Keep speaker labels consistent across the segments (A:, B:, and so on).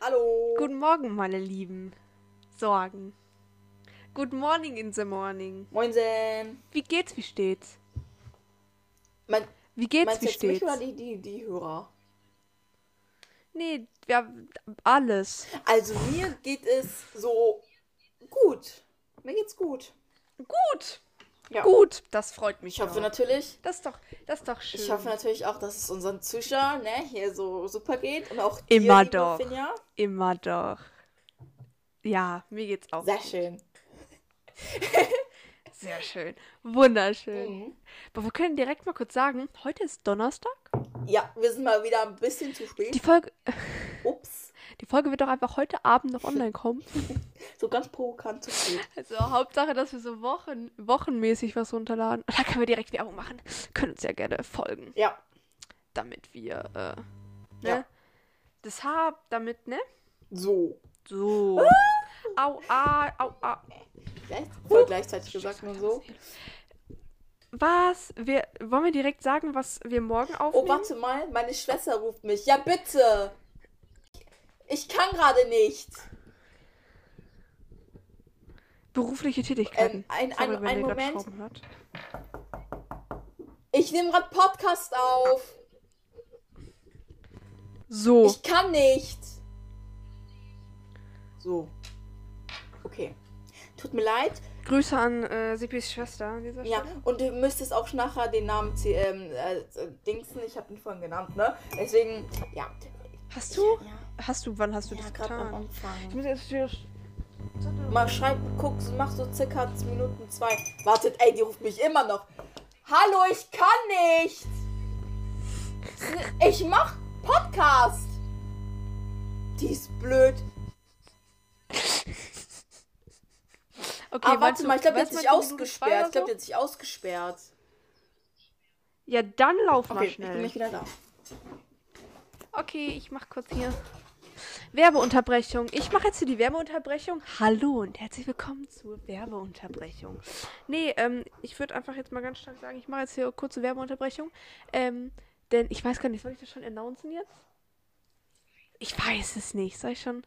A: Hallo.
B: Guten Morgen, meine lieben Sorgen. Good morning in the morning.
A: Moinsen.
B: Wie geht's, wie steht's?
A: Mein,
B: Wie geht's,
A: meinst
B: wie
A: du jetzt mich
B: steht's?
A: oder die, die, die Hörer?
B: Nee, wir haben alles.
A: Also mir geht es so gut. Mir geht's gut.
B: Gut,
A: Ja.
B: gut. Das freut mich.
A: Ich hoffe
B: doch.
A: natürlich.
B: Das ist doch, das ist doch schön.
A: Ich hoffe natürlich auch, dass es unseren Zuschauern ne, hier so super geht. Und auch
B: Immer
A: dir, liebe
B: doch.
A: Finja.
B: Immer doch. Ja, mir geht's auch.
A: Sehr schön.
B: Sehr schön. Wunderschön.
A: Mhm.
B: Aber wir können direkt mal kurz sagen, heute ist Donnerstag.
A: Ja, wir sind mal wieder ein bisschen zu spät.
B: Die Folge,
A: Ups.
B: die Folge wird doch einfach heute Abend noch online kommen.
A: So ganz provokant zu spät.
B: Also Hauptsache, dass wir so Wochen, wochenmäßig was runterladen. Da können wir direkt Werbung machen. Können uns ja gerne folgen,
A: Ja.
B: damit wir, äh, ne?
A: Ja.
B: Das hab, damit, ne?
A: So.
B: So. Au, ah, au, ah.
A: Gleich, voll gleichzeitig gesagt nur so.
B: Was? Wir, wollen wir direkt sagen, was wir morgen
A: Oh,
B: aufnehmen?
A: warte mal, meine Schwester ruft mich. Ja, bitte. Ich kann gerade nicht.
B: Berufliche Tätigkeiten.
A: Ähm, ein-
B: Sorry,
A: ein-
B: wenn
A: ein
B: ihr gerade
A: Moment.
B: Schrauben hört.
A: Ich nehme gerade Podcast auf.
B: So.
A: Ich kann nicht. So. Okay. Tut mir leid.
B: Grüße an äh, Sippis Schwester an dieser
A: Ja,
B: Stelle.
A: und du müsstest auch nachher den Namen zäh- ähm, äh, äh, Dingsen. Ich habe ihn vorhin genannt, ne? Deswegen, ja.
B: Hast du?
A: Ja,
B: Hast du, wann hast du
A: ja
B: das
A: gerade am
B: getan? Ich
A: Anfang.
B: muss erst wieder.
A: Mal schreib, guck, mach so circa 10 Minuten zwei. Wartet, ey, die ruft mich immer noch. Hallo, ich kann nicht. Ich mach Podcast. Die ist blöd.
B: Okay,
A: Ah,
B: meinst
A: warte
B: du-
A: mal, ich glaube, die hat
B: meinst
A: sich
B: du, meinst du, Minute zwei
A: ausgesperrt.
B: oder
A: Ich glaube,
B: so?
A: die hat sich ausgesperrt.
B: Ja, dann lauf mal
A: Okay, ich bin
B: schnell.
A: nicht wieder da.
B: okay, ich mach kurz hier. Werbeunterbrechung. Ich mache jetzt hier die Werbeunterbrechung. Hallo und herzlich willkommen zur Werbeunterbrechung. Nee, ähm, ich würde einfach jetzt mal ganz stark sagen, ich mache jetzt hier kurze Werbeunterbrechung. Ähm, denn ich weiß gar nicht, soll ich das schon announcen jetzt? Ich weiß es nicht. Soll ich schon.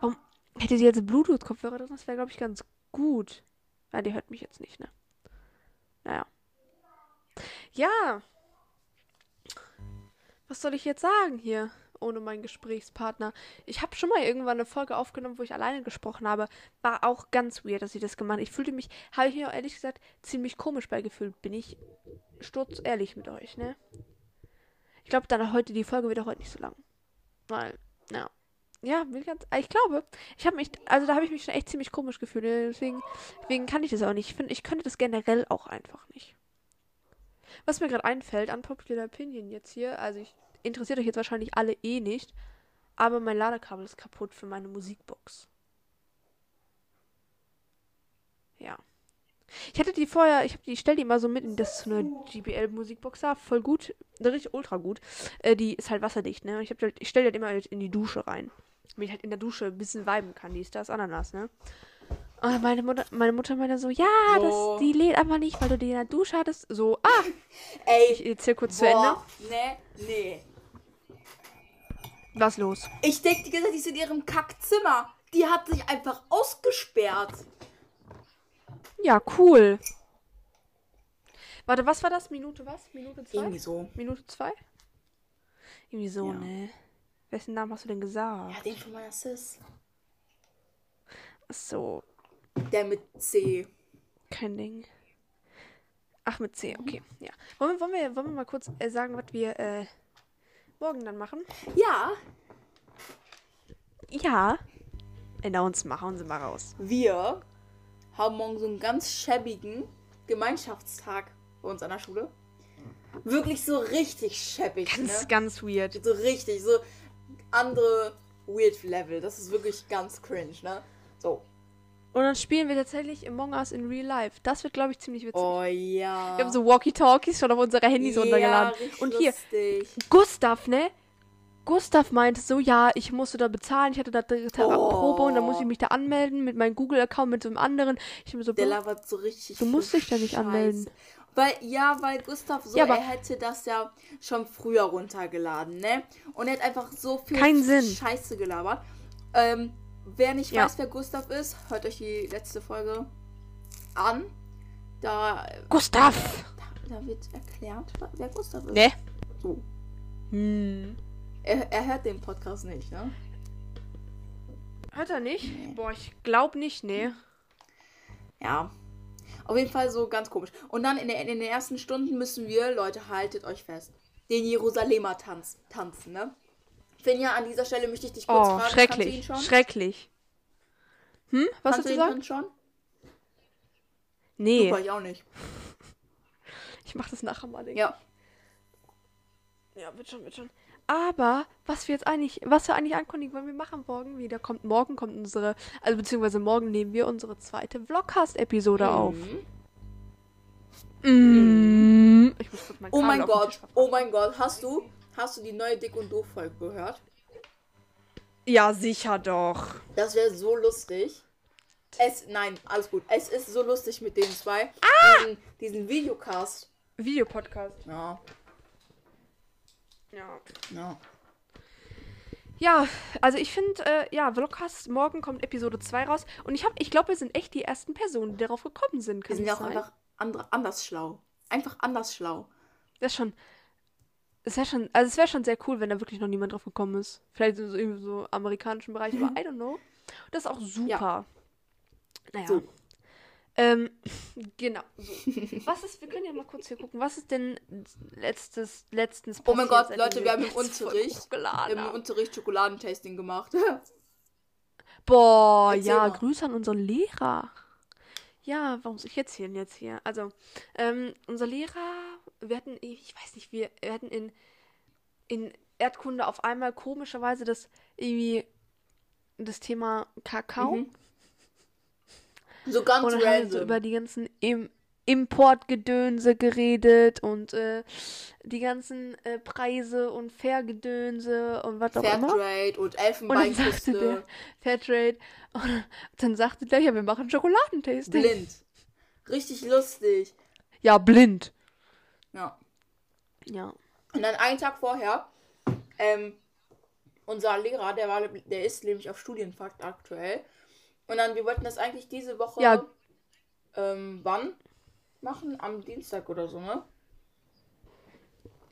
B: Warum hätte die jetzt Bluetooth-Kopfhörer drin? Das wäre, glaube ich, ganz gut. Ah, die hört mich jetzt nicht, ne? Naja. Ja. Was soll ich jetzt sagen hier ohne meinen Gesprächspartner? Ich habe schon mal irgendwann eine Folge aufgenommen, wo ich alleine gesprochen habe. War auch ganz weird, dass ich das gemacht habe. Ich fühlte mich, habe ich mir auch ehrlich gesagt, ziemlich komisch beigefühlt. Bin ich sturzehrlich mit euch, ne? Ich glaube, dann heute, die Folge wird auch heute nicht so lang. Weil, ja. Ja, bin ich ganz, ich glaube, ich habe mich, also da habe ich mich schon echt ziemlich komisch gefühlt. ne? Deswegen, deswegen kann ich das auch nicht. Ich finde, ich könnte das generell auch einfach nicht. Was mir gerade einfällt, unpopular opinion jetzt hier, also ich interessiert euch jetzt wahrscheinlich alle eh nicht, aber mein Ladekabel ist kaputt für meine Musikbox. Ja. Ich hatte die vorher, ich habe die, ich stell die immer so mit in das ist so eine GBL Musikbox da, voll gut, ne, richtig ultra gut. Äh, die ist halt wasserdicht, ne? Und ich hab die halt, ich stell die halt immer in die Dusche rein, damit ich halt in der Dusche ein bisschen viben kann, die ist das Ananas, ne? Und meine Mutter, meine Mutter meinte so, ja,
A: So.
B: das, die lädt einfach nicht, weil du die in der Dusche hattest. So, ah,
A: Ey,
B: ich erzähl kurz zu Ende.
A: boah, ne, nee.
B: Was los?
A: Ich denke die ganze Zeit, die ist in ihrem Kackzimmer. Die hat sich einfach ausgesperrt.
B: Ja, cool. Warte, was war das? Minute was? Minute zwei?
A: Irgendwie so.
B: Minute zwei? Irgendwie so,
A: Ja.
B: ne? Wessen Namen hast du denn gesagt?
A: Ja, den von meiner Sis.
B: Ach So,
A: Der mit C.
B: kein Ding. Ach, mit C, okay. Ja. Wollen, wir- wollen, wir, wollen wir mal kurz äh, sagen, was wir äh, morgen dann machen?
A: Ja,
B: Ja. Äh, Announce mal, hauen Sie mal raus.
A: wir haben morgen so einen ganz schäbigen Gemeinschaftstag bei uns an der Schule. Wirklich so richtig schäbig.
B: Ganz,
A: ne?
B: ganz weird.
A: So richtig, so andere Weird Level. Das ist wirklich ganz cringe, ne? So.
B: Und dann spielen wir tatsächlich Among Us in Real Life. Das wird, glaube ich, ziemlich witzig.
A: Oh ja.
B: Wir haben so Walkie-Talkies schon auf unsere Handys runtergeladen.
A: Ja, richtig
B: Und hier,
A: Lustig.
B: Gustav, ne? Gustav meinte so, ja, ich musste da bezahlen, ich hatte da dritte
A: Oh.
B: Probe und dann muss ich mich da anmelden mit meinem Google-Account, mit so einem anderen. Ich hab mir so,
A: Der
B: Bro,
A: labert so richtig.
B: ne? Du musst
A: viel
B: dich da nicht
A: Scheiße.
B: anmelden.
A: Weil, ja, weil Gustav so,
B: Ja, aber-
A: er hätte das ja schon früher runtergeladen, ne? Und er hat einfach so viel
B: Keinen Sinn.
A: Scheiße gelabert. Ähm, wer nicht
B: Ja.
A: weiß, wer Gustav ist, hört euch die letzte Folge an. Da,
B: Gustav!
A: da wird erklärt, wer Gustav ist.
B: Ne?
A: So.
B: Hm.
A: Er, er hört den Podcast nicht, ne?
B: Hört er nicht? Boah, ich glaub nicht, nee.
A: Ja. Auf jeden Fall so ganz komisch. Und dann in, der, in den ersten Stunden müssen wir, Leute, haltet euch fest, den Jerusalemer Tanz tanzen, ne? Finja, an dieser Stelle möchte ich dich kurz
B: Oh,
A: fragen. Kannst du ihn
B: schrecklich.
A: schon?
B: Schrecklich. Hm? Was
A: Kannst
B: hast
A: du
B: du
A: ihn
B: gesagt?
A: schon? schon?
B: Nee.
A: Super, ich auch nicht.
B: Ich mach das nachher mal, Digga.
A: Ja.
B: Ja, wird schon, wird schon. Aber was wir jetzt eigentlich, was wir eigentlich ankündigen wollen, wir machen morgen wieder, kommt morgen kommt unsere, also beziehungsweise morgen nehmen wir unsere zweite Vlogcast-Episode auf.
A: Mhm.
B: Mm. Ich muss kurz mein
A: Mm. Oh mein
B: Kabel auf den
A: Gott,
B: Tisch verpacken.
A: oh mein Gott, hast du, hast du die neue Dick und Doof Folge gehört?
B: Ja, sicher doch.
A: Das wäre so lustig. Es, nein, alles gut. Es ist so lustig mit den zwei.
B: Ah!
A: Diesen, diesen Videocast.
B: Videopodcast.
A: Ja,
B: Ja.
A: ja.
B: Ja, also ich finde, äh, ja, Vlogcast, morgen kommt Episode 2 raus und ich, hab- ich glaube, wir sind echt die ersten Personen, die darauf gekommen sind. Kann
A: Wir sind ja
B: das
A: auch
B: sein?
A: einfach andre, anders schlau. Einfach anders schlau.
B: Das ist schon. Es wäre schon, also es wäre schon sehr cool, wenn da wirklich noch niemand drauf gekommen ist. Vielleicht so irgendwie so amerikanischen Bereich, aber
A: Mhm.
B: I don't know. Das ist auch super. Naja.
A: So.
B: Ähm, genau. So. Was ist, wir können ja mal kurz hier gucken, was ist denn letztes, letztens
A: Oh mein
B: passiert,
A: Gott,
B: seitdem
A: Leute, wir haben im
B: die letzte Folge
A: Unterricht-
B: hochgeladen
A: Im
B: haben?
A: Unterricht Schokoladentasting gemacht.
B: Boah,
A: Erzähl
B: ja,
A: mal.
B: Grüße an unseren Lehrer. Ja, warum soll ich jetzt hier jetzt hier? Also, ähm, unser Lehrer, wir hatten, ich weiß nicht, wir, wir hatten in, in Erdkunde auf einmal komischerweise das irgendwie das Thema Kakao.
A: Mhm. So ganz
B: Und dann haben wir so über
A: random.
B: die ganzen Im Importgedönse geredet und äh, die ganzen äh, Preise und Fairgedönse und was auch immer.
A: Fairtrade und
B: Und dann sagte
A: Elfenbeinküste.
B: der Fairtrade. Und dann sagte der, ja, wir machen Schokoladentasting.
A: Blind. Richtig lustig.
B: Ja, blind.
A: Ja.
B: Ja.
A: Und dann einen Tag vorher, ähm, unser Lehrer, der war, der ist nämlich auf Studienfakt aktuell. Und dann, wir wollten das eigentlich diese Woche,
B: Ja.
A: ähm, wann machen? Am Dienstag oder so, ne?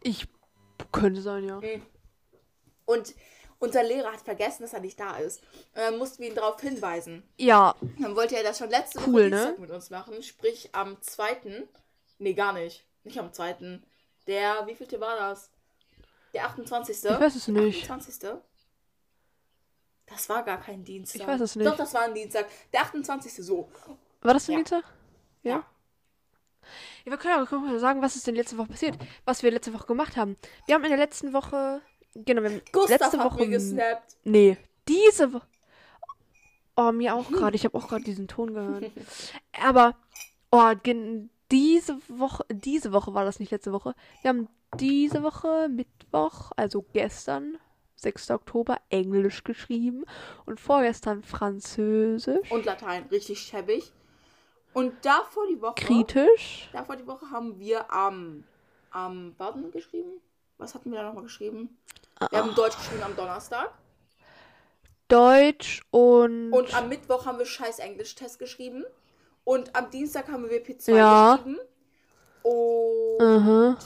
B: Ich könnte sein, ja.
A: Und unser Lehrer hat vergessen, dass er nicht da ist. Und dann mussten wir ihn darauf hinweisen.
B: Ja.
A: Dann wollte er das schon letzte Woche
B: Cool, ne?
A: Dienstag mit uns machen, sprich am 2. Nee, gar nicht. Nicht am 2. Der, wie vielte war das? Der 28.
B: Ich weiß es nicht.
A: 28. Das war gar kein Dienstag.
B: Ich weiß es
A: Doch,
B: nicht.
A: das war ein Dienstag. Der 28. so.
B: War das denn
A: Ja.
B: Dienstag? Ja. Ja, wir können ja können wir mal sagen, was ist denn letzte Woche passiert? Was wir letzte Woche gemacht haben. Wir haben in der letzten Woche. Genau, wir haben
A: Gustav
B: letzte
A: hat
B: Woche.
A: mir gesnappt.
B: Nee, diese Woche. Oh, mir auch
A: Hm.
B: gerade. Ich habe auch gerade diesen Ton gehört. Aber, oh, gen- diese Woche, diese Woche war das nicht letzte Woche. Wir haben diese Woche Mittwoch, also gestern, 6. Oktober, Englisch geschrieben und vorgestern Französisch,
A: Und Latein, richtig schäbig. Und davor die Woche.
B: Kritisch.
A: Davor die Woche haben wir am, am Baden geschrieben. Was hatten wir da nochmal geschrieben? Wir haben Deutsch geschrieben am Donnerstag.
B: Deutsch und,
A: Und am Mittwoch haben wir scheiß Englisch-Test geschrieben. Und am Dienstag haben wir WP2
B: Ja.
A: geschrieben. Und
B: Mhm.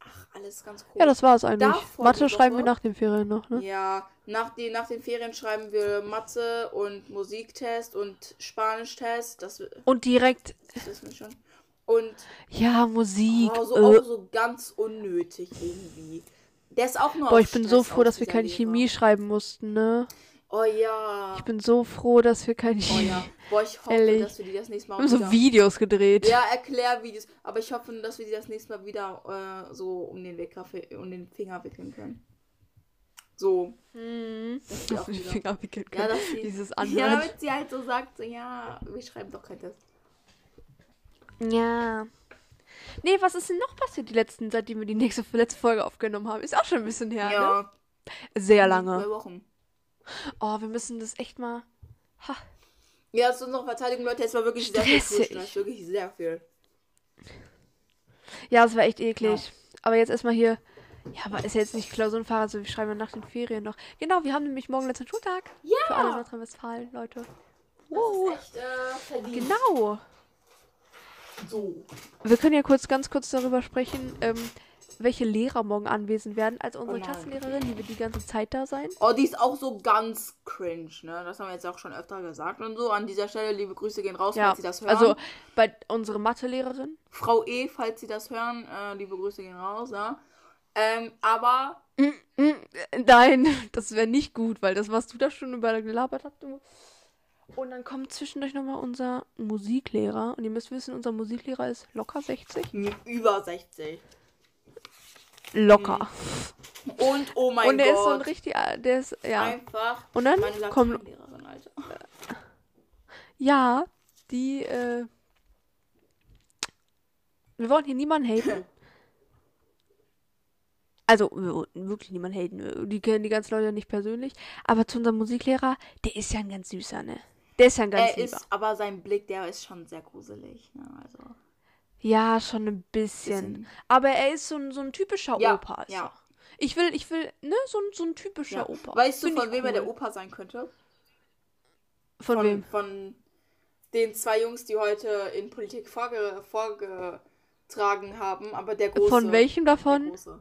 A: ach, alles ganz cool.
B: Ja, das war's eigentlich.
A: Davor die
B: Mathe schreiben
A: Woche-
B: wir nach den Ferien noch, ne?
A: Ja, nach, den, nach den Ferien schreiben wir Mathe und Musiktest und Spanisch-Test. Das,
B: Und direkt,
A: das wissen wir schon. Und
B: ja, Musik.
A: oh, so,
B: äh,
A: auch so ganz unnötig irgendwie. Der Oh, ist auch nur
B: Boah,
A: auf
B: ich bin so
A: Stress
B: froh,
A: aus,
B: dass wir
A: dieser
B: keine
A: Lehrer.
B: Chemie schreiben mussten, ne?
A: Oh ja.
B: Ich bin so froh, dass wir keine
A: oh
B: Chemie.
A: ja. Boah, ich hoffe,
B: Ehrlich.
A: dass wir die das nächste Mal
B: Wir haben so
A: wieder-
B: Videos gedreht.
A: Ja, Erklärvideos. Aber ich hoffe, dass wir die das nächste Mal wieder äh, so um den, Wecker, fi- um den Finger wickeln können. So.
B: Mhm.
A: Dass die
B: Dass
A: auch
B: wir die
A: wieder,
B: Finger wickeln
A: ja,
B: können.
A: dass die,
B: Dieses
A: ja,
B: Anhören.
A: damit sie halt so sagt, so, ja, wir schreiben doch kein Test.
B: Ja. Nee, was ist denn noch passiert, die letzten, seitdem wir die nächste letzte Folge aufgenommen haben? Ist auch schon ein bisschen her, ne? Sehr lange.
A: Zwei Wochen.
B: Oh, wir müssen das echt mal. Ha.
A: Ja, zu unserer Verteidigung, Leute, es war wirklich sehr viel
B: Stressig.
A: Frühstück. Wirklich sehr viel.
B: Ja, es war echt eklig. Aber jetzt erstmal hier. Ja, aber ist ja jetzt nicht Klausurenfahrer, so also wir schreiben ja nach den Ferien noch. Genau, wir haben nämlich morgen letzten Schultag. Ja. Für alle in Nordrhein-Westfalen, Leute. Wow.
A: Das ist echt äh, verdient.
B: Genau.
A: So.
B: Wir können ja kurz, ganz kurz darüber sprechen, ähm, welche Lehrer morgen anwesend werden. Also unsere
A: Oh nein.
B: Klassenlehrerin, die wird die ganze Zeit da sein.
A: Oh, die ist auch so ganz cringe, ne? Das haben wir jetzt auch schon öfter gesagt und so. An dieser Stelle, liebe Grüße gehen raus,
B: Ja,
A: falls Sie das hören.
B: also bei unserer Mathelehrerin.
A: Frau E, falls Sie das hören, äh, liebe Grüße gehen raus, ja. Ähm, aber
B: Mm, äh, Nein, das wäre nicht gut, weil das, was du da schon über gelabert hast, Junge. Und dann kommt zwischendurch nochmal unser Musiklehrer. Und ihr müsst wissen, unser Musiklehrer ist locker 60.
A: m- über 60.
B: Locker.
A: Und oh Mhm. mein
B: Und der
A: Gott.
B: ist so ein richtig, äh, der ist, ja.
A: Einfach.
B: Und dann
A: Meine
B: kommt,
A: Lehrerin, Alter.
B: ja, die, äh, wir wollen hier niemanden haten. Also, wir wollten wirklich niemanden haten. Die kennen die ganzen Leute nicht persönlich. Aber zu unserem Musiklehrer, der ist ja ein ganz süßer, ne? Der ist ja ein ganz
A: Er
B: lieber.
A: ist, aber sein Blick, der ist schon sehr gruselig, ne? Also.
B: Ja, schon ein bisschen.
A: Bisschen.
B: Aber er ist so ein, so ein typischer
A: Ja,
B: Opa. Ist
A: ja.
B: er. Ich will, ich will, ne, so ein, so ein typischer
A: Ja.
B: Opa.
A: Weißt du,
B: Find
A: von
B: ich
A: wem er
B: cool.
A: der Opa sein könnte?
B: Von,
A: von,
B: wem?
A: von den zwei Jungs, die heute in Politik vorge vorgetragen haben, aber der große.
B: Von welchem
A: Der
B: davon?
A: große.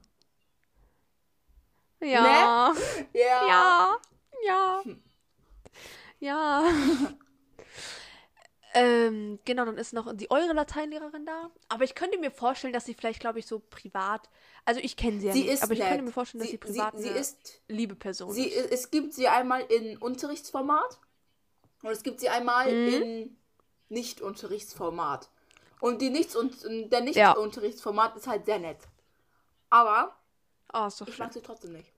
A: Ne?
B: Ja.
A: Ja.
B: Ja. Ja. Ja. ähm, genau, dann ist noch die eure Lateinlehrerin da. Aber ich könnte mir vorstellen, dass sie vielleicht, glaube ich, so privat. Also ich kenne sie ja
A: Sie
B: nicht,
A: ist
B: aber ich
A: nett.
B: könnte mir vorstellen, dass sie,
A: sie,
B: privat
A: sie, sie
B: eine
A: ist,
B: liebe Person
A: sie,
B: ist.
A: es gibt sie einmal in Unterrichtsformat und es gibt sie einmal
B: Mhm.
A: in Nicht-Unterrichtsformat. Und die Nichts und der
B: Ja.
A: Nicht-Unterrichtsformat ist halt sehr nett. Aber
B: Oh, ist doch
A: ich
B: schön.
A: mag sie trotzdem nicht.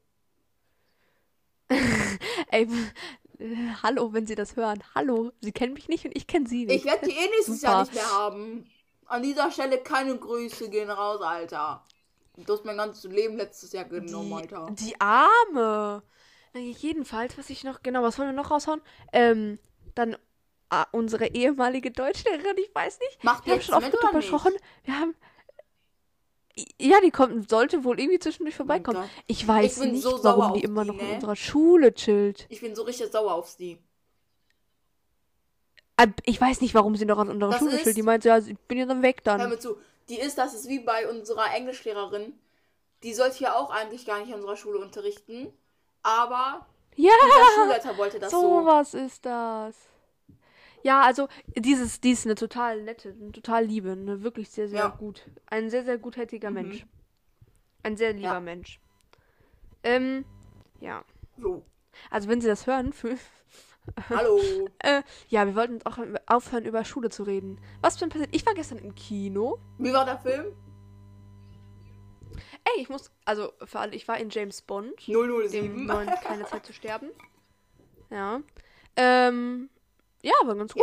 B: Ey, äh, hallo, wenn Sie das hören. Hallo, Sie kennen mich nicht und ich kenne Sie
A: Ich
B: nicht.
A: werde die eh nächstes
B: Super.
A: Jahr nicht mehr haben. An dieser Stelle keine Grüße gehen raus, Alter. Du hast mein ganzes Leben letztes Jahr genommen, Alter.
B: die, die Arme. Na, jedenfalls, was ich noch, genau, was wollen wir noch raushauen? Ähm, dann ah, unsere ehemalige Deutschlehrerin, ich weiß nicht.
A: Macht
B: Wir haben
A: jetzt
B: schon oft
A: mit
B: darüber
A: oder nicht?
B: gesprochen. Wir haben. Ja, die kommt, sollte wohl irgendwie zwischendurch vorbeikommen.
A: Oh Gott.
B: Ich weiß
A: Ich bin
B: nicht,
A: so sauer
B: warum
A: auf
B: die immer
A: die,
B: noch in
A: ne?
B: unserer Schule chillt.
A: Ich bin so richtig sauer auf sie.
B: Äh, Ich weiß nicht, warum sie noch an unserer
A: Das
B: Schule
A: ist-
B: chillt. Die meint, so, ja, ich bin ja dann weg
A: Hör
B: dann.
A: mir zu. Die ist, das ist wie bei unserer Englischlehrerin. Die sollte ja auch eigentlich gar nicht an unserer Schule unterrichten. Aber
B: Ja!
A: der Schulleiter wollte das so.
B: So was ist das. Ja, also dieses, die ist eine total nette, eine total liebe, eine wirklich sehr, sehr
A: Ja. Mhm.
B: gut. Ein sehr, sehr gutherziger Mensch. Ein sehr lieber
A: Ja.
B: Mensch. Ähm, ja.
A: so.
B: Also wenn Sie das hören, fühl,
A: Hallo.
B: äh, ja, wir wollten auch aufhören, über Schule zu reden. Was denn passiert? Ich war gestern im Kino.
A: Wie war der Film?
B: Ey, ich muss, also für alle, ich war in James Bond. dem
A: 007.
B: neuen Keine Zeit zu sterben. Ja. Ähm, ja, war ganz gut.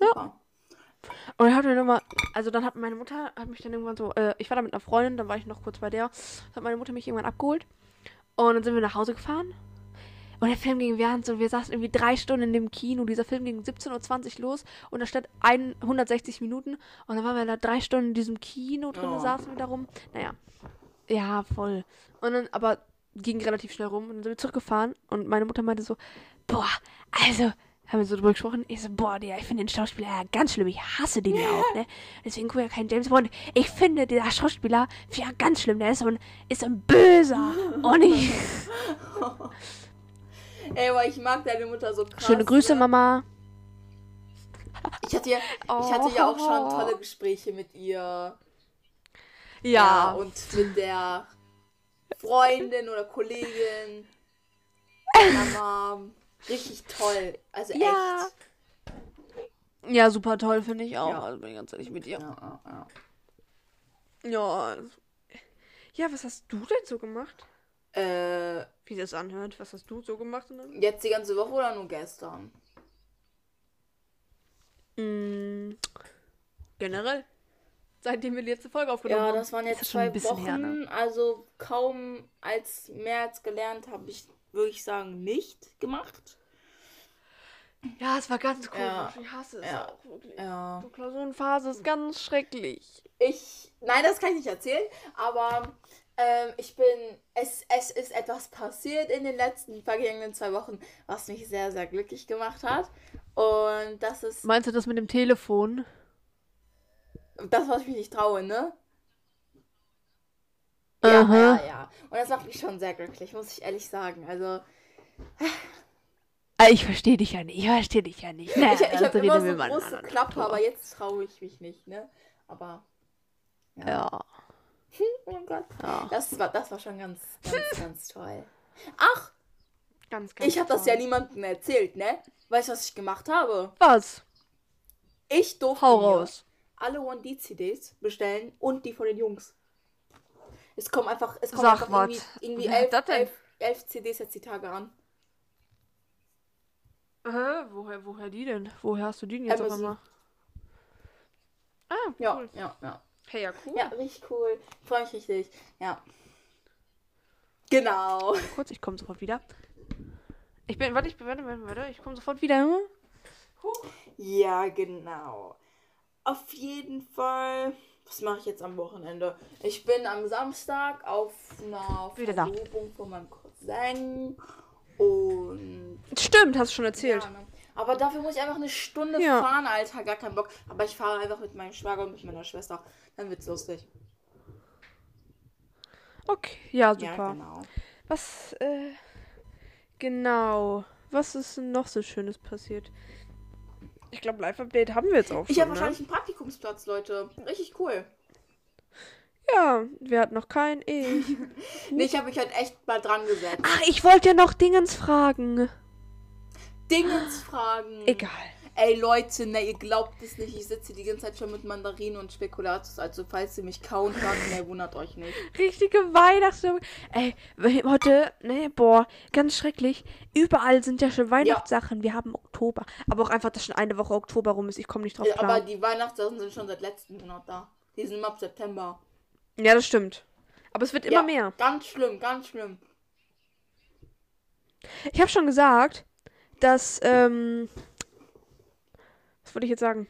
A: Ja. Super.
B: Und dann hat mir nochmal, also dann hat meine Mutter, hat mich dann irgendwann so, äh, ich war da mit einer Freundin, dann war ich noch kurz bei der, hat meine Mutter mich irgendwann abgeholt. Und dann sind wir nach Hause gefahren. Und der Film ging während so, wir saßen irgendwie drei Stunden in dem Kino. Dieser Film ging 17.20 Uhr los und da stand 160 Minuten. Und dann waren wir da drei Stunden in diesem Kino drin,
A: Oh.
B: saßen wir da rum. Naja, ja, voll. Und dann, aber ging relativ schnell rum. Und dann sind wir zurückgefahren und meine Mutter meinte so, boah, also, haben wir so drüber gesprochen. Ich so, boah, Digga, ich finde den Schauspieler ja ganz schlimm. Ich hasse den ja auch, ne? Deswegen gucke ich ja keinen James Bond. Ich finde, dieser Schauspieler find ich ja ganz schlimm. Der ist so ein, ist so ein Böser. Und ich,
A: Ey, aber ich mag deine Mutter so krass.
B: schöne Grüße,
A: ne?
B: Mama.
A: Ich hatte ja, ich hatte ja auch
B: Oh.
A: schon tolle Gespräche mit ihr. Ja,
B: Ja.
A: und mit der Freundin oder Kollegin. Mama. Richtig toll. Also
B: Ja.
A: echt.
B: Ja, super toll, finde ich auch.
A: Ja.
B: Also bin ich ganz ehrlich mit dir.
A: Ja, ja, ja.
B: Ja. also. Ja, was hast du denn so gemacht?
A: Äh,
B: Wie das anhört, was hast du so gemacht? in deinem-
A: jetzt die ganze Woche oder nur gestern?
B: Mm, generell. Seitdem wir die letzte Folge aufgenommen
A: Ja,
B: haben.
A: das waren jetzt
B: ist schon
A: zwei
B: ein bisschen
A: Wochen.
B: her, ne?
A: Also kaum als mehr als gelernt habe ich, würde ich sagen, nicht gemacht.
B: Ja, es war ganz komisch.
A: Ja.
B: Ich hasse es
A: Ja.
B: auch wirklich.
A: Ja.
B: Die Klausurenphase ist ganz schrecklich.
A: Ich, nein, das kann ich nicht erzählen, aber ähm, ich bin, es, es ist etwas passiert in den letzten vergangenen zwei Wochen, was mich sehr, sehr glücklich gemacht hat. Und das ist
B: Meinst du das mit dem Telefon?
A: das, was ich mich nicht traue, ne?
B: Aha.
A: Ja, ja, ja. Und das macht mich schon sehr glücklich, muss ich ehrlich sagen. Also,
B: Ah, ich verstehe dich ja nicht. Ich verstehe dich ja nicht. Naja,
A: ich, ich
B: dann
A: habe
B: reden
A: immer
B: wir
A: so
B: mal in
A: große
B: anderen
A: Klappe,
B: drüber.
A: aber jetzt traue ich mich nicht, ne? Aber,
B: Ja,
A: oh Gott.
B: ja.
A: Das war, das war schon ganz, ganz, ganz toll. Ach,
B: Ganz, ganz
A: ich habe das ja niemandem erzählt, ne? Weißt du, was ich gemacht habe?
B: Was?
A: Ich durfte
B: Hau
A: mir
B: raus.
A: alle One D CDs bestellen und die von den Jungs. Es kommen einfach, es kommen
B: Sag
A: einfach
B: wat.
A: irgendwie, irgendwie
B: Wer hat
A: elf,
B: das denn?
A: elf, elf CDs jetzt die Tage an.
B: Hä? Woher, woher die denn? Woher hast du die denn jetzt auf
A: Amazon.
B: einmal? Ah,
A: Ja,
B: cool.
A: ja, ja.
B: Hey, ja, cool.
A: Ja, richtig cool. Freue mich richtig. Ja. Genau.
B: Kurz, ich komme sofort wieder. Ich bin, warte, ich bin, warte, warte, warte, ich komme sofort wieder. Hm?
A: Ja, genau. Auf jeden Fall. Was mache ich jetzt am Wochenende? Ich bin am Samstag auf einer
B: Wieder da.
A: Verlobung von meinem Cousin. Und
B: Stimmt, hast du schon erzählt.
A: Ja, ne? Aber dafür muss ich einfach eine Stunde
B: Ja.
A: fahren, Alter. Gar keinen Bock. Aber ich fahre einfach mit meinem Schwager und mit meiner Schwester. Dann wird's lustig.
B: Okay, ja, super.
A: Ja, genau.
B: Was, äh, genau. Was ist denn noch so Schönes passiert? Ich glaube, Live-Update haben wir jetzt auch
A: Ich
B: schon,
A: habe
B: ne?
A: wahrscheinlich einen Praktikumsplatz, Leute. Richtig cool.
B: Ja, wer hat noch keinen? Ich.
A: Nee, ich habe mich halt echt mal dran gesetzt.
B: Ach, ich wollte ja noch Dingens fragen.
A: Dingensfragen.
B: Egal.
A: Ey, Leute, ne, ihr glaubt es nicht. Ich sitze die ganze Zeit schon mit Mandarinen und Spekulatius. Also, falls ihr mich kauen hört, ne, wundert euch nicht.
B: Richtige Weihnachtsstimmung. Ey, we- heute, ne, boah, ganz schrecklich. Überall sind ja schon Weihnachtssachen. Wir haben Oktober. Aber auch einfach, dass schon eine Woche Oktober rum ist. Ich komme nicht drauf
A: Ja,
B: klar.
A: aber die Weihnachtssachen sind schon seit letzten Monat da. Die sind immer ab September.
B: ja, das stimmt. Aber es wird immer
A: ja,
B: mehr.
A: Ganz schlimm, ganz schlimm.
B: Ich habe schon gesagt, dass, ähm, was wollte ich jetzt sagen?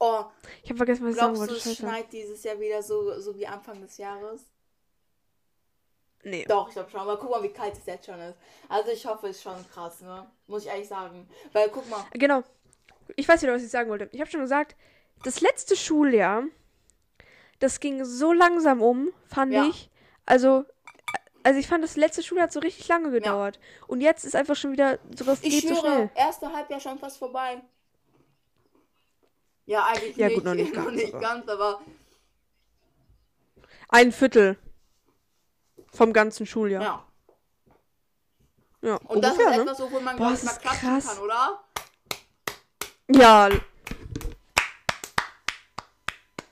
A: Oh,
B: Ich habe vergessen, was ich sagen
A: Glaubst du,
B: wollte.
A: es
B: Scheiße.
A: schneit dieses Jahr wieder so, so wie Anfang des Jahres?
B: Nee.
A: Doch, ich glaube schon. Aber guck mal, wie kalt es jetzt schon ist. Also ich hoffe, es ist schon krass, ne? Muss ich ehrlich sagen. Weil guck mal,
B: Genau. Ich weiß wieder, was ich sagen wollte. Ich habe schon gesagt, das letzte Schuljahr, das ging so langsam um, fand
A: Ja.
B: ich. Also, also ich fand, das letzte Schuljahr hat so richtig lange gedauert. Und jetzt ist einfach schon wieder so, das
A: ich
B: geht so schnell.
A: schwöre, erste Halbjahr schon fast vorbei. Ja, eigentlich
B: Ja,
A: nicht.
B: gut, noch nicht ganz,
A: nicht
B: aber-
A: ganz, aber
B: Ein Viertel vom ganzen Schuljahr. Ja,
A: ja. Und
B: ungefähr,
A: das ist
B: ne?
A: etwas, wofür man
B: Boah,
A: gar
B: das
A: nicht mal
B: ist
A: klatschen
B: krass.
A: kann, oder?
B: Ja,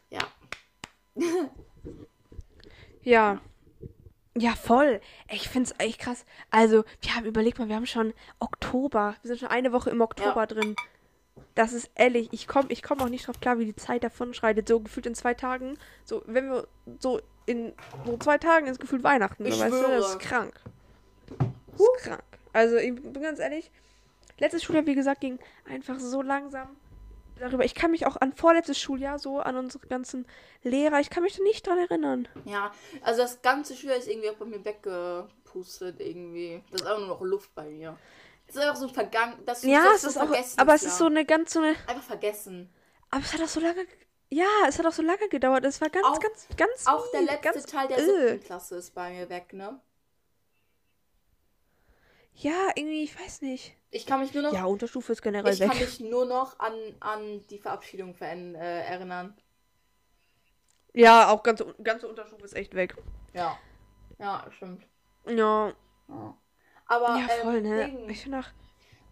A: Ja.
B: Ja. Ja, voll. Ey, Ich find's echt krass. Also, wir haben, überleg mal, wir haben schon Oktober. Wir sind schon eine Woche im Oktober drin. Das ist ehrlich, ich komme ich komm auch nicht drauf klar, wie die Zeit davon schreitet. So gefühlt in zwei Tagen. So, wenn wir so in so zwei Tagen ist gefühlt Weihnachten.
A: Ich
B: so, weißt du, das
A: schwöre.
B: ist krank. Das ist krank. Also, ich bin ganz ehrlich, letztes Schuljahr, wie gesagt, ging einfach so langsam darüber. Ich kann mich auch an vorletztes Schuljahr, so an unsere ganzen Lehrer, ich kann mich da nicht dran erinnern.
A: Ja. Also das ganze Schuljahr ist irgendwie auch bei mir weggepustet irgendwie. Das ist einfach nur noch Luft bei mir. Das ist einfach so ein Vergangen. Das,
B: Ja,
A: das
B: es ist
A: ein
B: auch,
A: vergessenes
B: aber es
A: Jahr.
B: ist so eine ganz so eine.
A: Einfach vergessen.
B: Aber es hat auch so lange. ge- Ja, es hat auch so lange gedauert. Es war ganz,
A: Auch-
B: ganz, ganz.
A: Auch der
B: mies,
A: letzte
B: ganz, äh.
A: Teil der
B: irr.
A: siebten Klasse ist bei mir weg, ne?
B: Ja, irgendwie, ich weiß nicht.
A: Ich kann mich nur noch,
B: Ja, Unterstufe ist generell
A: ich kann
B: weg.
A: mich nur noch an, an die Verabschiedung verändern, äh, erinnern.
B: Ja, auch ganze, ganze Unterstufe ist echt weg.
A: Ja. Ja, stimmt.
B: Ja,
A: Ja. Aber
B: ja voll,
A: ähm,
B: ne?
A: Ding,
B: Ich finde auch.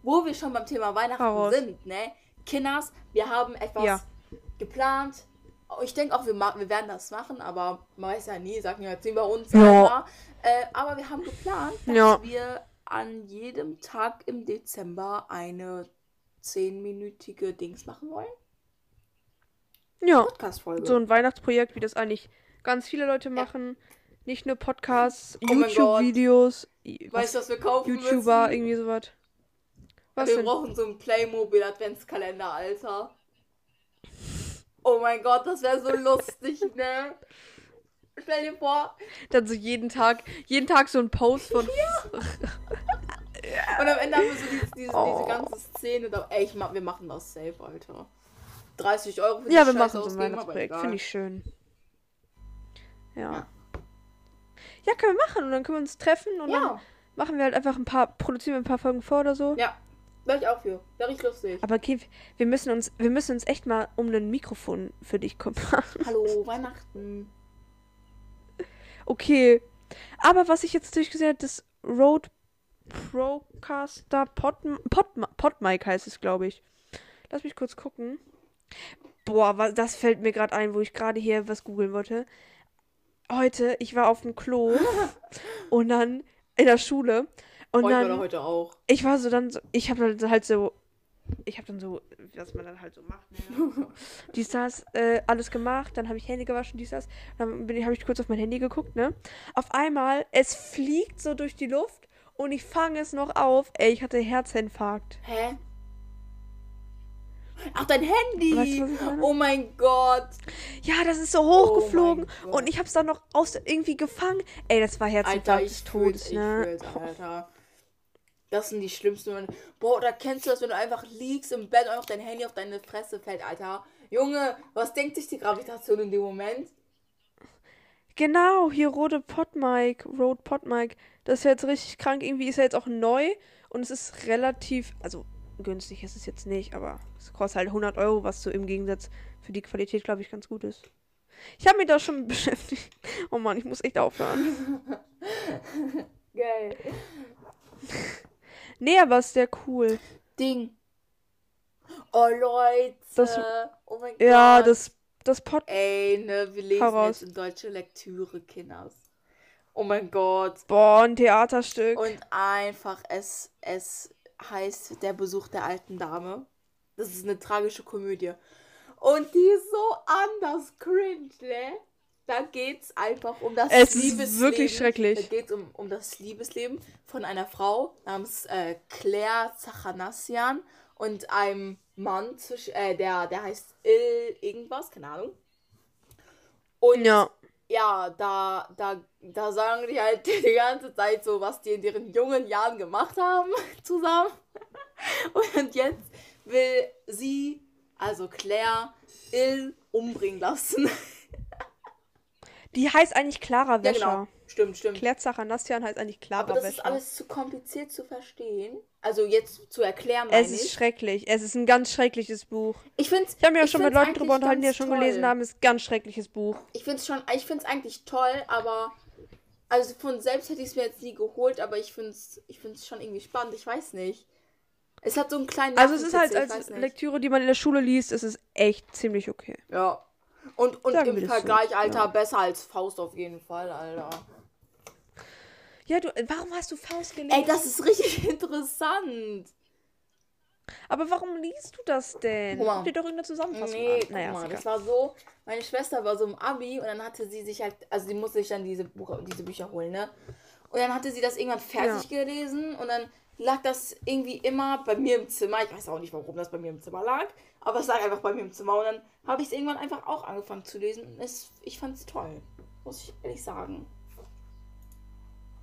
A: wo wir schon beim Thema Weihnachten
B: Raus.
A: sind, ne? Kinders, wir haben etwas
B: Ja.
A: geplant. Ich denke auch, wir, ma- wir werden das machen, aber man weiß ja nie, sagen ja jetzt über uns.
B: Ja.
A: Alter. Äh, aber wir haben geplant, dass
B: Ja.
A: wir an jedem Tag im Dezember eine zehnminütige Dings machen wollen.
B: Ja,
A: Podcast-Folge.
B: so ein Weihnachtsprojekt, wie das eigentlich ganz viele Leute machen. Nicht nur
A: Oh
B: Podcasts,
A: mein Gott.
B: YouTube-Videos, i-
A: weißt du, Äh, oh. was wir kaufen
B: YouTuber,
A: müssen?
B: irgendwie sowas. Was
A: wir
B: denn?
A: brauchen so einen Playmobil-Adventskalender, Alter. Oh mein Gott, das wäre so lustig, ne? Stell dir vor,
B: Dann so jeden Tag, jeden Tag so ein Post von.
A: und am Ende haben wir so dieses, dieses, diese
B: Oh.
A: ganze Szene. Da, ey, ich ma wir machen das safe, Alter. 30 Euro für die
B: Ja, wir
A: Scheiße
B: machen so ein
A: ausgeben,
B: Weihnachtsprojekt.
A: aber
B: Finde
A: egal.
B: ich schön. Ja.
A: Ja.
B: Ja, können wir machen. Und dann können wir uns treffen und dann
A: Ja,
B: machen wir halt einfach ein paar, produzieren wir ein paar Folgen vor oder so.
A: ja. Wäre ich auch für. Wäre ich lustig.
B: Aber okay, wir müssen uns, wir müssen uns echt mal um ein Mikrofon für dich kümmern.
A: Hallo, Weihnachten.
B: Okay. Aber was ich jetzt durchgesehen habe, das Rode Procaster Pod, Pod, Podmic heißt es, glaube ich. Lass mich kurz gucken. Boah, was, das fällt mir gerade ein, wo ich gerade hier was googeln wollte. Heute, ich war auf dem Klo und dann in der Schule und
A: Und ich war
B: dann
A: heute auch.
B: ich war so dann so, ich habe dann halt so, ich habe dann so, was man dann halt so macht. Ne? dies, das, äh, alles gemacht, dann habe ich Handy gewaschen, dies, das. Dann habe ich kurz auf mein Handy geguckt, ne? Auf einmal, es fliegt so durch die Luft und ich fange es noch auf. Ey, ich hatte Herzinfarkt.
A: Hä? Ach, dein Handy!
B: Weißt du, was ich meine?
A: oh mein Gott!
B: Ja, das ist so
A: Oh
B: hochgeflogen
A: mein Gott.
B: und ich habe es dann noch aus irgendwie gefangen. Ey, das war Herzinfarkt
A: Alter,
B: des
A: ich
B: Todes,
A: fühl's,
B: ne?
A: ich fühl's, Alter. Das sind die schlimmsten Momente. Boah, oder kennst du das, wenn du einfach liegst im Bett und einfach dein Handy auf deine Fresse fällt, Alter? Junge, was denkt sich die Gravitation in dem Moment?
B: Genau, hier Rode Podmic, Rode Podmic. Das ist ja jetzt richtig krank. Irgendwie ist er jetzt auch neu und es ist relativ, also günstig ist es jetzt nicht, aber es kostet halt 100 Euro, was so im Gegensatz für die Qualität, glaube ich, ganz gut ist. Ich habe mich da schon beschäftigt. Oh Mann, ich muss echt aufhören.
A: Geil.
B: Nee, aber ist sehr cool.
A: Ding. Oh, Leute.
B: Das-
A: oh mein
B: Ja,
A: Gott.
B: das, das Pod.
A: Ey, ne, wir lesen
B: Hau raus.
A: jetzt in deutsche Lektüre, Kinders. Oh mein Gott.
B: Boah, ein Theaterstück.
A: Und einfach, es, es heißt Der Besuch der alten Dame. Das ist eine tragische Komödie. Und die ist so anders cringe, ne? Da geht's einfach um das
B: Es ist
A: Liebesleben.
B: wirklich schrecklich.
A: Da geht's um, um das Liebesleben von einer Frau namens äh, Claire Zachanassian und einem Mann, zwisch, äh, der, der heißt Il irgendwas, keine Ahnung. Und
B: Ja.
A: ja, da, da, da sagen die halt die ganze Zeit so, was die in ihren jungen Jahren gemacht haben zusammen. Und jetzt will sie, also Claire, Il umbringen lassen.
B: Die heißt eigentlich Clara
A: Ja,
B: Wäscher.
A: genau. Stimmt, stimmt.
B: Claire Zachanassian heißt eigentlich Clara
A: Aber das
B: Wäscher.
A: ist alles zu kompliziert zu verstehen. Also jetzt zu erklären, meine
B: es ist
A: ich.
B: schrecklich. Es ist ein ganz schreckliches Buch.
A: Ich find's,
B: Ich habe mir auch
A: ich
B: schon mit
A: find's
B: Leuten drüber
A: eigentlich
B: unterhalten, die das
A: ganz
B: schon
A: toll.
B: gelesen haben. Ist ein ganz schreckliches Buch.
A: Ich find's schon, ich find's eigentlich toll, aber also von selbst hätte ich es mir jetzt nie geholt, aber ich find's, ich find's schon irgendwie spannend. Ich weiß nicht. Es hat so einen kleinen.
B: Also es ist halt
A: Nervenkitzel, ich
B: als
A: weiß nicht.
B: Lektüre, die man in der Schule liest, ist es echt ziemlich okay.
A: Ja. Und, und
B: Sagen
A: im
B: wir das so,
A: Vergleich, Alter,
B: ja.
A: besser als Faust auf jeden Fall, Alter.
B: Ja, du, warum hast du Faust gelesen?
A: Ey, das ist richtig interessant.
B: Aber warum liest du das denn?
A: Guck mal.
B: Guck dir doch irgendeine Zusammenfassung
A: Nee,
B: an.
A: guck
B: Naja,
A: mal,
B: ist
A: das
B: egal.
A: war so, meine Schwester war so im Abi und dann hatte sie sich halt, also sie musste sich dann diese, Buch, diese Bücher holen, ne? Und dann hatte sie das irgendwann fertig gelesen und dann lag das irgendwie immer bei mir im Zimmer. Ich weiß auch nicht, warum das bei mir im Zimmer lag, aber es lag einfach bei mir im Zimmer und dann habe ich es irgendwann einfach auch angefangen zu lesen und es, ich fand es toll, muss ich ehrlich sagen.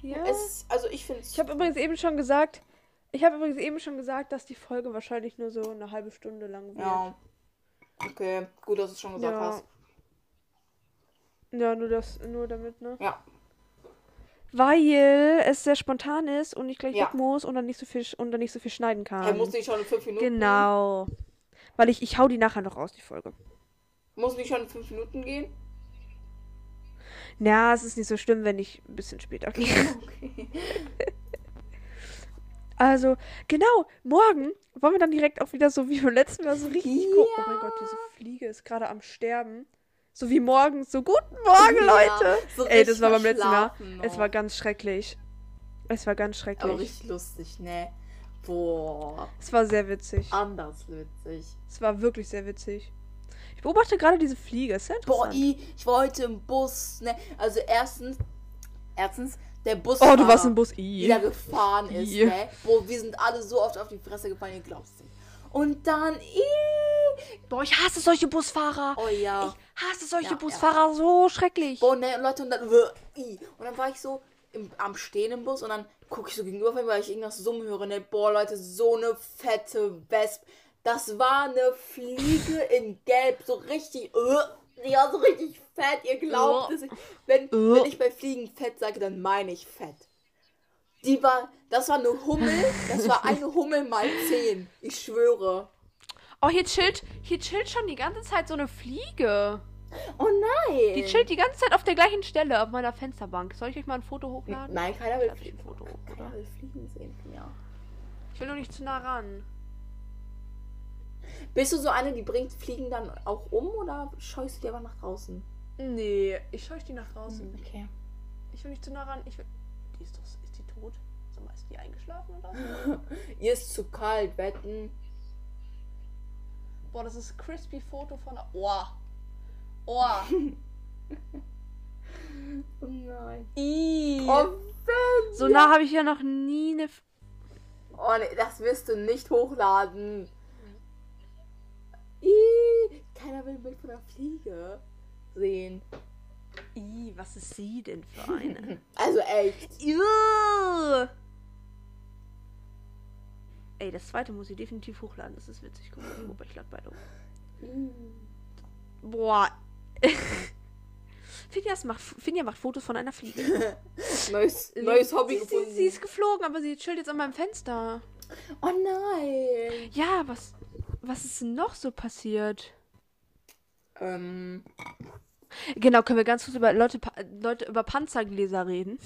B: ja.
A: Es, also ich finde es
B: Ich habe übrigens eben schon gesagt, ich habe übrigens eben schon gesagt, dass die Folge wahrscheinlich nur so eine halbe Stunde lang wird.
A: Ja. Okay, gut, dass du es schon gesagt
B: Ja.
A: hast.
B: Ja, nur das, nur damit, ne?
A: Ja.
B: Weil es sehr spontan ist und ich gleich
A: Ja.
B: weg muss und dann nicht so viel sch- und dann nicht so viel schneiden kann.
A: Hey, musst du nicht schon in fünf Minuten?
B: Ähm, Genau. Weil ich, ich hau die nachher noch raus, die Folge.
A: Muss nicht schon in fünf Minuten gehen?
B: Na, es ist nicht so schlimm, wenn ich ein bisschen später gehe.
A: Okay.
B: Also, genau, morgen wollen wir dann direkt auch wieder so wie beim letzten Mal so richtig
A: Ja.
B: gucken. Oh mein Gott, diese Fliege ist gerade am Sterben. So wie morgens, so guten Morgen, Leute.
A: so
B: Ey, das
A: richtig
B: war beim letzten Mal.
A: verschlafen noch.
B: Es war ganz schrecklich. Es war ganz
A: aber
B: schrecklich.
A: richtig lustig, ne? Boah,
B: Es war sehr witzig.
A: Ah. anders witzig.
B: Es war wirklich sehr witzig. Ich beobachte gerade diese Fliege. Ist sehr
A: Boah,
B: interessant.
A: ich, ich war heute im Bus, ne? Also erstens, erstens, Der Bus.
B: Oh, du warst im Bus. I.
A: die da gefahren ist,
B: Ja.
A: ne? Wo wir sind alle so oft auf die Fresse gefallen, ihr glaubt's nicht. Und dann, ih,
B: Boah, ich hasse solche Busfahrer.
A: oh ja.
B: Ich hasse solche
A: Ja,
B: Busfahrer so schrecklich.
A: Boah, ne, und Leute, und dann, wuh, ih. und dann war ich so im, am Stehen im Bus und dann gucke ich so gegenüber von mir, weil ich irgendwas Summen höre, ne? Boah, Leute, so eine fette Wespe. Das war eine Fliege in Gelb, so richtig, uh, ja, so richtig fett, ihr glaubt es nicht. Wenn,
B: Uh.
A: wenn ich bei Fliegen fett sage, dann meine ich fett. Die war, das war eine Hummel, das war eine Hummel mal zehn. Ich schwöre.
B: Oh, hier chillt, hier chillt schon die ganze Zeit so eine Fliege.
A: Oh nein.
B: Die chillt die ganze Zeit auf der gleichen Stelle auf meiner Fensterbank. Soll ich euch mal ein Foto hochladen?
A: Nein, keiner will,
B: Hab ich ein Foto
A: keiner
B: hochgeladen.
A: will Fliegen sehen von mir.
B: Ich will doch nicht zu nah ran.
A: Bist du so eine, die bringt Fliegen dann auch um oder scheust du die aber nach draußen?
B: Nee, ich scheuche die nach draußen.
A: Okay.
B: Ich will nicht zu nah ran. Ich will. Die ist doch. Ist die tot? Sag mal, ist die eingeschlafen oder so?
A: Ihr ist zu kalt, wetten.
B: Boah, das ist ein crispy Foto von. Oh. Oh.
A: Oh nein.
B: Ih.
A: Oh, wenn.
B: So nah habe ich ja noch nie eine. F
A: Oh nee, das wirst du nicht hochladen. Ih, keiner will ein Bild von einer Fliege sehen.
B: Ih, was ist sie denn für eine?
A: Also echt.
B: Ugh. Ey, das zweite muss ich definitiv hochladen. Das ist witzig geworden. Wobei ich lag beide hoch. Boah. Finja macht, Finja macht Fotos von einer Fliege.
A: Neues, neues Hobby
B: sie,
A: gefunden.
B: Sie, sie ist geflogen, aber sie chillt jetzt an meinem Fenster.
A: oh nein.
B: Ja, was, was ist denn noch so passiert?
A: Ähm,
B: Genau, können wir ganz kurz über Leute, pa- Leute über Panzergläser reden?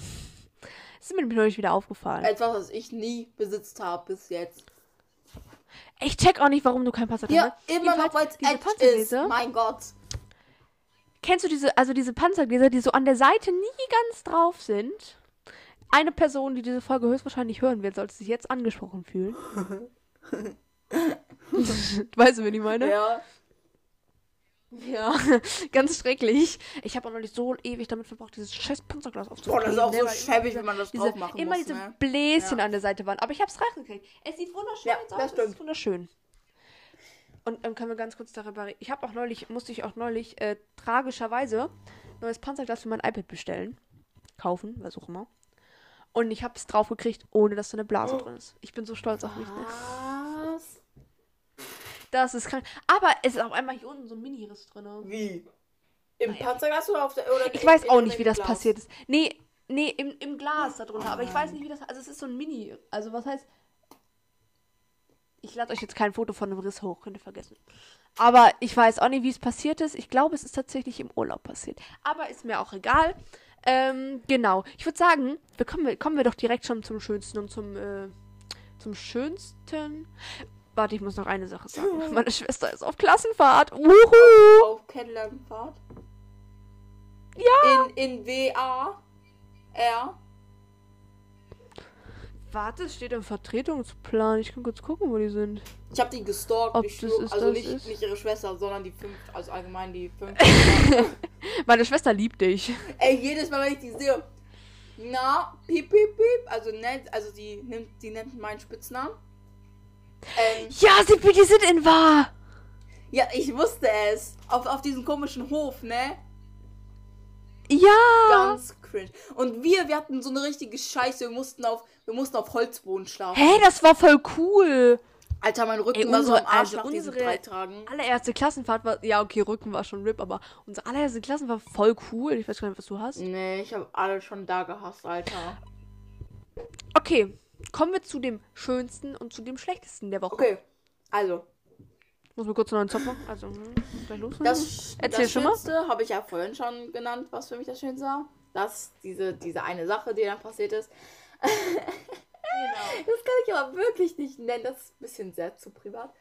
B: Das ist mir nämlich neulich wieder aufgefallen.
A: etwas, was ich nie besitzt habe bis jetzt.
B: Ich check auch nicht, warum du kein Panzergläser
A: Ja, immer noch, weil es
B: diese
A: echt ist.
B: Panzergläser-
A: Mein Gott.
B: Kennst du diese, also diese Panzergläser, die so an der Seite nie ganz drauf sind? Eine Person, die diese Folge höchstwahrscheinlich hören wird, sollte sich jetzt angesprochen fühlen. weißt du, wen ich meine?
A: Ja.
B: Ja, ganz schrecklich. Ich habe auch noch nicht so ewig damit verbraucht, dieses scheiß Panzerglas
A: Boah,
B: aufzubauen.
A: das ist auch so schäbig, wenn man das
B: diese,
A: drauf machen
B: Immer
A: muss.
B: diese
A: Ne?
B: Bläschen
A: Ja.
B: an der Seite waren. Aber ich habe es reingekriegt. Es sieht wunderschön
A: Ja,
B: jetzt aus.
A: das
B: Es ist
A: stimmt.
B: wunderschön. Und dann können wir ganz kurz darüber reden. Ich habe auch neulich, musste ich auch neulich äh, tragischerweise neues Panzerglas für mein iPad bestellen. Kaufen, was auch immer. Und ich habe es drauf gekriegt, ohne dass da eine Blase
A: Oh.
B: drin ist. Ich bin so stolz auf mich. Ne?
A: Ah. Was?
B: Das ist krank. Aber es ist auf einmal hier unten so ein Mini-Riss drin.
A: Wie? Im
B: Naja.
A: Panzerglas oder auf der. Oder
B: Ich
A: in-
B: weiß
A: in-
B: auch
A: in
B: nicht,
A: dem
B: wie das
A: Glas?
B: passiert ist. Nee, nee, im, im Glas darunter. Aber ich weiß nicht, wie das. Also, es ist so ein Mini. Also, was heißt. Ich lade euch jetzt kein Foto von einem Riss hoch, könnt ihr vergessen. Aber ich weiß auch nicht, wie es passiert ist. Ich glaube, es ist tatsächlich im Urlaub passiert. Aber ist mir auch egal. Ähm, genau. Ich würde sagen, wir kommen, kommen wir doch direkt schon zum Schönsten und zum, äh, zum Schönsten. Warte, ich muss noch eine Sache sagen. Meine Schwester ist auf Klassenfahrt. Uhu!
A: Auf Kennenlernfahrt? Ja! In, in W-A. R.
B: Warte, es steht im Vertretungsplan. Ich kann kurz gucken, wo die sind.
A: Ich habe die gestalkt.
B: Ob
A: ich
B: das
A: schwör,
B: ist,
A: also
B: das
A: nicht,
B: ist?
A: nicht ihre Schwester, sondern die fünf. Also allgemein die fünf.
B: Meine Schwester liebt dich.
A: Ey, jedes Mal, wenn ich die sehe. Na, piep, piep, piep. Also, nennt, also die, nimmt, die nennt meinen Spitznamen. Ähm,
B: Ja, sie, die sind in wahr.
A: ja, ich wusste es. Auf, auf diesem komischen Hof, ne?
B: Ja.
A: Ganz cringe. Und wir, wir hatten so eine richtige Scheiße. Wir mussten auf, wir mussten auf Holzboden schlafen.
B: Hey, das war voll cool.
A: Alter, mein Rücken
B: Ey,
A: war so
B: unsere-
A: am Arsch
B: also
A: nach diesen
B: unsere-
A: drei Tagen.
B: Allererste Klassenfahrt war. Ja, okay, Rücken war schon RIP, aber unsere allererste Klassenfahrt war voll cool. Ich weiß gar nicht, was du hast.
A: Nee, ich habe alle schon da gehasst, Alter.
B: Okay, kommen wir zu dem Schönsten und zu dem Schlechtesten der Woche.
A: Okay, also,
B: Muss mir kurz einen neuen Zopf machen. Also, hm, gleich los.
A: das,
B: Erzähl
A: das
B: schon mal.
A: Schönste habe ich ja vorhin schon genannt, was für mich das Schönste war. Das, diese, diese eine Sache, die dann passiert ist.
B: Genau.
A: Das kann ich aber wirklich nicht nennen. Das ist ein bisschen sehr zu privat.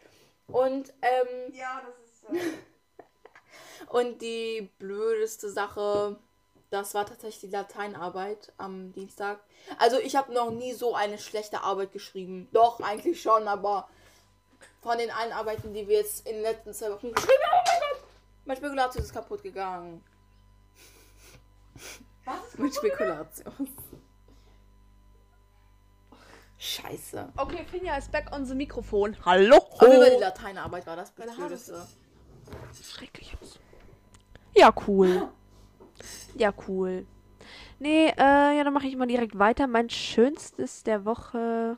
A: Und, ähm,
B: Ja, das ist.
A: Und die blödeste Sache, das war tatsächlich die Lateinarbeit am Dienstag. Also ich habe noch nie so eine schlechte Arbeit geschrieben. Doch, eigentlich schon, aber von den allen Arbeiten, die wir jetzt in den letzten zwei Wochen geschrieben haben, oh mein Gott, mein Spekulatius ist kaputt gegangen.
B: Was ist
A: Mein Spekulatius. Scheiße.
B: Okay, Finja ist back on the Mikrofon. Hallo.
A: Aber über
B: Oh.
A: die Lateinarbeit war das
B: Meine Haare
A: Blödeste.
B: Schrecklich aus. Ja, cool. Ja, cool. Nee, äh, ja, dann mache ich mal direkt weiter. Mein schönstes der Woche.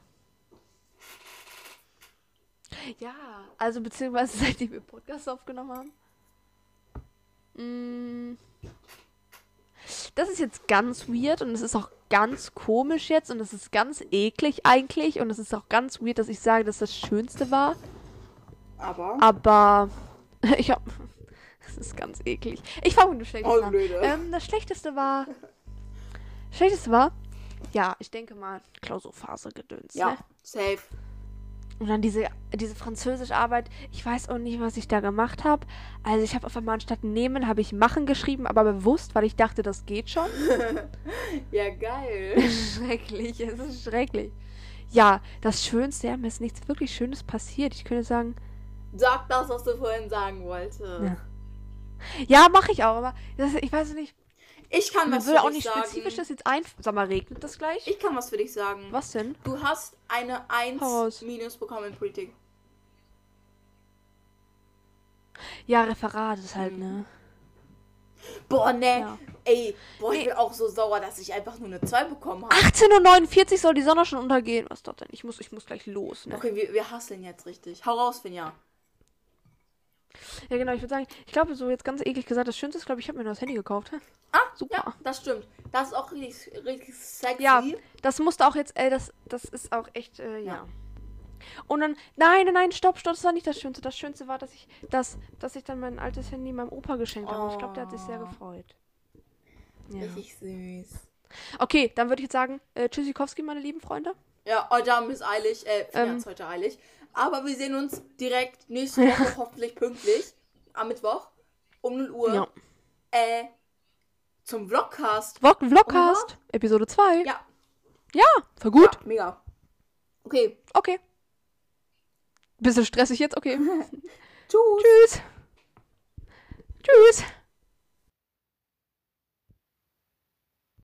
B: Ja, also beziehungsweise seitdem wir Podcast aufgenommen haben. Mm. Das ist jetzt ganz weird und es ist auch ganz komisch jetzt und es ist ganz eklig eigentlich und es ist auch ganz weird, dass ich sage, dass das Schönste war.
A: Aber.
B: Ah, Aber ich hab. Das ist ganz eklig. Ich fange mit dem
A: Oh,
B: Schlechtesten an.
A: blöde.
B: Ähm, das Schlechteste war. Schlechteste war. Ja, ich denke mal, Klausurphase gedöns. Ne?
A: Ja, safe.
B: Und dann diese, diese Französischarbeit. Ich weiß auch nicht, was ich da gemacht habe. Also ich habe auf einmal anstatt nehmen, habe ich machen geschrieben, aber bewusst, weil ich dachte, das geht schon.
A: Ja, geil.
B: schrecklich, es ist schrecklich. Ja, das Schönste, ja, mir ist nichts wirklich Schönes passiert. Ich könnte sagen,
A: Sag das, was du vorhin sagen wolltest.
B: Ja. ja, mache ich auch, aber das, ich weiß nicht,
A: Ich kann
B: Mir
A: was
B: würde
A: für
B: auch
A: dich
B: nicht
A: sagen.
B: spezifisch das jetzt ein. Sag mal, regnet das gleich?
A: Ich kann was für dich sagen.
B: Was denn?
A: Du hast eine 1
B: Hau raus.
A: minus bekommen in Politik.
B: Ja, Referat ist halt, ne?
A: Boah, ne.
B: Ja.
A: Ey, boah, ich
B: Nee.
A: bin auch so sauer, dass ich einfach nur eine 2 bekommen habe.
B: 18.49 Uhr soll die Sonne schon untergehen. Was doch denn? Ich muss, ich muss gleich los, ne?
A: Okay, wir, wir hasseln jetzt richtig. Hau raus, Finja.
B: Ja, genau, ich würde sagen, ich glaube, so jetzt ganz eklig gesagt, das Schönste ist, glaube ich, ich habe mir ein neues Handy gekauft. Hä?
A: Ah,
B: Super.
A: Ja, das stimmt. Das ist auch richtig, richtig sexy.
B: Ja, das musste auch jetzt, ey, das, das ist auch echt, äh, ja. Und dann, nein, nein, nein, stopp, stopp, das war nicht das Schönste. Das Schönste war, dass ich, dass, dass ich dann mein altes Handy meinem Opa geschenkt habe. Und Ich glaube, der hat sich sehr
A: Oh.
B: gefreut. Ja.
A: Richtig süß.
B: Okay, dann würde ich jetzt sagen, äh, Tschüssikowski, meine lieben Freunde.
A: Ja, heute Abend ist eilig. Äh, Finja
B: Ähm.
A: ist heute eilig. Aber wir sehen uns direkt nächste Woche, hoffentlich pünktlich. Am Mittwoch. Um 0 Uhr.
B: Ja.
A: Äh, zum Vlogcast.
B: Vlog Vlogcast, Episode 2.
A: Ja.
B: Ja, war gut.
A: Ja, mega. Okay.
B: Okay.
A: Mhm.
B: Bisschen stressig jetzt, okay.
A: Tschüss.
B: Tschüss. Tschüss.